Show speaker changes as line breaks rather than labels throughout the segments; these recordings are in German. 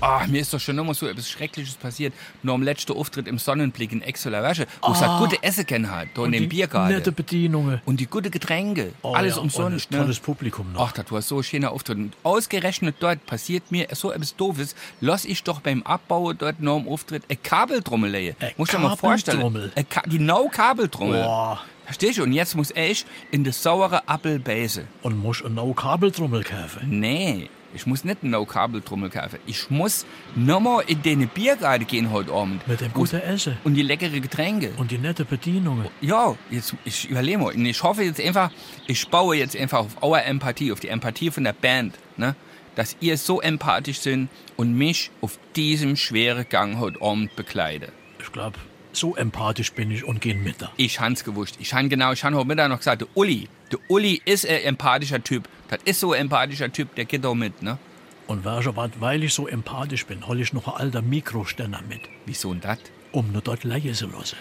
Ah, mir ist doch schon immer so etwas Schreckliches passiert. Nur am letzten Auftritt im Sonnenblick in Exeler Wäsche, wo es halt gute Essen kennen hat, da in
Ah. Und
dem
die
Biergarten.
Nette Bedienungen.
Und die gute Getränke.
Oh
Alles
ja,
umsonst.
und ein
ne?
tolles Publikum noch.
Ach, das war so ein schöner Auftritt. Und ausgerechnet dort passiert mir so etwas Doofes. Lass ich doch beim Abbau dort noch im Auftritt eine Kabeltrommel legen.
Eine
Muss ich dir mal vorstellen.
Kabeltrommel?
Eine Ka genau Kabeltrommel.
Boah.
Verstehst du? Und jetzt muss ich in die saure Appelbäse.
Und musst eine neue Kabeltrommel kaufen.
Nee, ich muss nicht eine No-Kabeltrommel kaufen. Ich muss nochmal in den Biergarten gehen heute Abend.
Mit dem
Muss-
guten Essen.
Und die leckere Getränke.
Und die nette Bedienungen.
Ja, jetzt, ich überlege mal. Und ich hoffe jetzt einfach, ich baue jetzt einfach auf eure Empathie, auf die Empathie von der Band, ne? dass ihr so empathisch sind und mich auf diesem schweren Gang heute Abend bekleide.
Ich glaube, so empathisch bin ich und gehen mit da.
Ich hans gewusst. Ich han genau, ich han heute Mittag noch gesagt, der Uli, der Uli ist ein empathischer Typ. Das ist so ein empathischer Typ, der geht auch mit, ne?
Und weißt du was, weil ich so empathisch bin, hol ich noch ein alter Mikroständer mit,
Wieso denn das?
um nur dort leise zu lassen.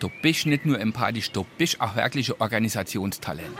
Du bist nicht nur empathisch, du bist auch wirklich ein Organisationstalent.